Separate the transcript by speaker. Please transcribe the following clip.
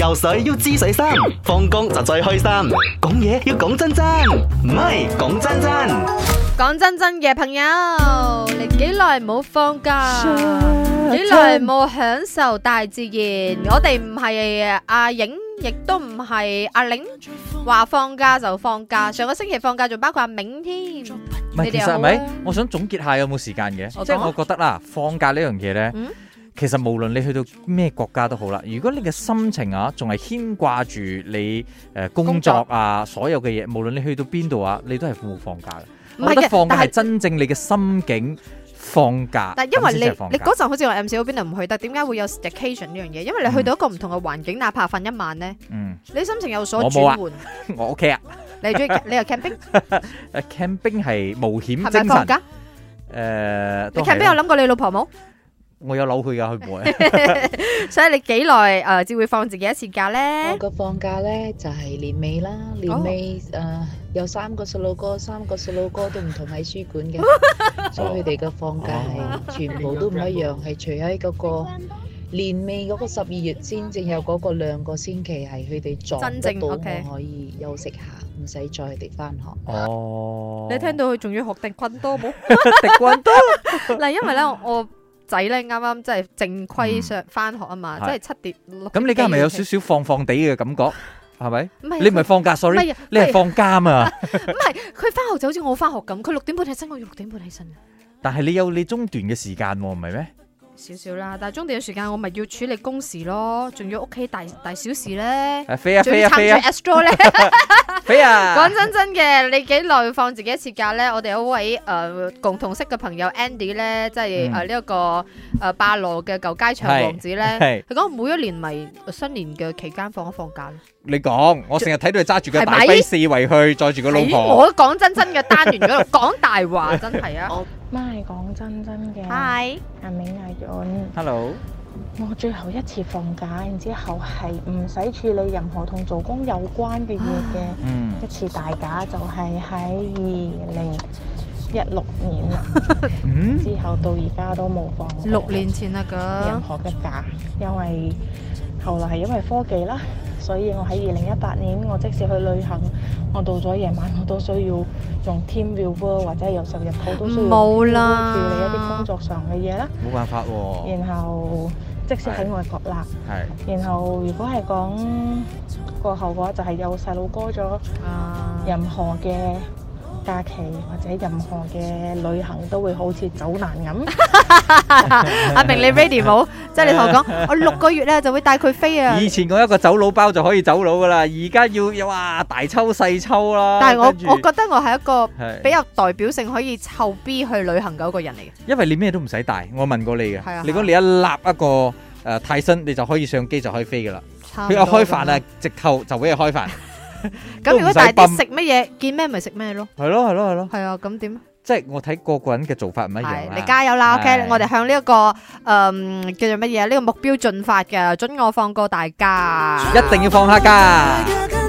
Speaker 1: 游水要知水深，放工就最開心。講嘢要講真真，唔係講真真。
Speaker 2: 講真真嘅朋友，你幾耐冇放假？幾耐
Speaker 3: 真
Speaker 2: 冇享受大自然？我哋唔係阿影，亦都唔係阿玲，話放假就放假。上個星期放假仲包括阿明添。
Speaker 3: 唔係，
Speaker 2: 你哋
Speaker 3: 其
Speaker 2: 又
Speaker 3: 實係
Speaker 2: 好
Speaker 3: 咪
Speaker 2: 啊？
Speaker 3: 我想總結下有冇時間嘅，
Speaker 2: 我
Speaker 3: 即係
Speaker 2: 講啊
Speaker 3: 我覺得啦，放假呢樣嘢咧
Speaker 2: 嗯，
Speaker 3: 其實無論你去到咩國家都好啦，如果你嘅心情啊，仲係牽掛住你誒工作啊，所有嘅嘢，無論你去到邊度啊，你都係冇放假嘅。
Speaker 2: 唔
Speaker 3: 我
Speaker 2: 係
Speaker 3: 覺得
Speaker 2: 嘅
Speaker 3: 放，假
Speaker 2: 但
Speaker 3: 係
Speaker 2: 係
Speaker 3: 真正你嘅心境放假，
Speaker 2: 但係因為
Speaker 3: 咁
Speaker 2: 你
Speaker 3: 先至係放
Speaker 2: 你
Speaker 3: 假
Speaker 2: 嗰陣好似我 MC 嗰邊就唔去得，點解會有 vacation 呢樣嘢？因為你去到一個唔同嘅環境，哪怕瞓一晚咧，
Speaker 3: 嗯，
Speaker 2: 你心情有所
Speaker 3: 我
Speaker 2: 轉
Speaker 3: 冇啊
Speaker 2: 換。
Speaker 3: 我 OK 啊。
Speaker 2: 你中意你又 camping
Speaker 3: 誒 camping 係冒險精
Speaker 2: 係咪放
Speaker 3: 神，
Speaker 2: 假？
Speaker 3: 誒
Speaker 2: 你
Speaker 3: 都係
Speaker 2: camping
Speaker 3: 啦
Speaker 2: 有諗過你老婆冇？
Speaker 3: 我有扭去㗎，去 唔會啊？
Speaker 2: 所以你幾耐誒至會放自己一次假咧
Speaker 4: 我？嘅放假咧就係、年尾啦，
Speaker 2: 哦
Speaker 4: 年尾誒、呃有三個細路哥，三個細路哥都唔同喺書館嘅， 所以佢哋嘅放假係全部都唔一樣，係除喺嗰個年尾嗰個十二月先正有嗰個兩個星期係佢哋撞
Speaker 2: 真
Speaker 4: 得
Speaker 2: 正
Speaker 4: 到我
Speaker 2: OK
Speaker 4: 可以休息下，唔使再佢哋翻學。
Speaker 3: 哦，
Speaker 2: 你聽到佢仲要學定棍多 冇？
Speaker 3: 迪軍多
Speaker 2: 嗱，因為咧我仔咧啱啱即係正規上翻學啊嘛，即
Speaker 3: 係
Speaker 2: 係七點六。
Speaker 3: 咁你而家係咪有少少放放地嘅感 覺？係咪？
Speaker 2: 唔係
Speaker 3: 你唔係放假
Speaker 2: 唔
Speaker 3: ，sorry，
Speaker 2: 係啊
Speaker 3: 你係放監 啊！
Speaker 2: 唔係佢翻學就好似我翻學咁，佢六點半起身，我要六點半起身。
Speaker 3: 但係你有你中段嘅時間喎，唔係咩？
Speaker 2: 少少啦，但係中段嘅時間我咪要處理公事咯，仲要屋企大大小事咧，
Speaker 3: 誒飛啊
Speaker 2: 仲
Speaker 3: 飛
Speaker 2: 要
Speaker 3: 啊
Speaker 2: 撐
Speaker 3: 飛
Speaker 2: 住
Speaker 3: 啊
Speaker 2: Astro 咧。
Speaker 3: 飛啊！
Speaker 2: 講真真嘅，你幾耐會放自己一次假呢？我哋有一位誒、呃共同識嘅朋友 Andy 呢，即係誒
Speaker 3: 嗯
Speaker 2: 呢一個誒、呃巴羅嘅舊街場王子呢。
Speaker 3: 係
Speaker 2: 佢講每一年咪新年嘅期間放一放假咯。
Speaker 3: 你講，我成日睇到你揸住個大
Speaker 2: 係咪
Speaker 3: 飛四圍去，載住個老
Speaker 2: 係
Speaker 3: 婆。
Speaker 2: 我講真真嘅單元嗰度講大話，真係啊！
Speaker 5: 咪講真真嘅，阿
Speaker 2: 嗨，
Speaker 5: 明阿潤，
Speaker 3: Hello，
Speaker 5: 我最後一次放假，然之後係唔使處理任何同做工有關嘅嘢嘅
Speaker 3: 嗯，
Speaker 5: 一次大假，就係喺二零一六年啦，
Speaker 3: 嗯，
Speaker 5: 之後到而家都冇放過
Speaker 2: 六年前啊，
Speaker 5: 任
Speaker 2: 咁
Speaker 5: 何嘅假，因為後來係因為科技啦，所以我喺二零一八年我即使去旅行，我到咗夜晚我都需要用 TeamViewer 或者有時候入鋪都需要
Speaker 2: 冇啦
Speaker 5: TeamViewer 處理一啲工作上嘅嘢啦。
Speaker 3: 冇辦法喎，
Speaker 5: 然後即使喺外國啦，
Speaker 3: 係
Speaker 5: 然後如果係講過後嘅話，就係有細路哥咗，
Speaker 2: 啊，
Speaker 5: 任何嘅假期或者任何嘅旅行都會好似走難咁。
Speaker 2: 阿明你 ready 冇？即係你同我講，我六個月咧就會帶佢飛啊。
Speaker 3: 以前我一個走佬包就可以走佬噶啦，而家要有哇大抽細抽啦。
Speaker 2: 但係
Speaker 3: 跟
Speaker 2: 我
Speaker 3: 住
Speaker 2: 我覺得我係一個
Speaker 3: 係
Speaker 2: 比較代表性可以湊 B 去旅行嘅一個人嚟嘅。
Speaker 3: 因為你咩都唔使帶，我問過你
Speaker 2: 係啊
Speaker 3: 嘅。你講你一立一個誒泰身，你就可以上機就可以飛噶啦。
Speaker 2: 差唔
Speaker 3: 佢
Speaker 2: 多
Speaker 3: 有開飯啊，直頭就俾 你
Speaker 2: 咁
Speaker 3: 開飯。
Speaker 2: 樣。咁如果
Speaker 3: 都唔使
Speaker 2: 大啲
Speaker 3: 泵
Speaker 2: 食乜嘢，見咩咪食咩咯。
Speaker 3: 係咯係咯係咯，
Speaker 2: 係啊，咁點？
Speaker 3: 即係我睇個個人嘅做法唔一樣
Speaker 2: 係啊
Speaker 3: 啦。
Speaker 2: 你加油啦，OK！
Speaker 3: 係
Speaker 2: 我哋向呢一個誒叫做乜嘢？呢個目標進發嘅，準我放過大家。
Speaker 3: 一定要放下假。
Speaker 6: 哥哥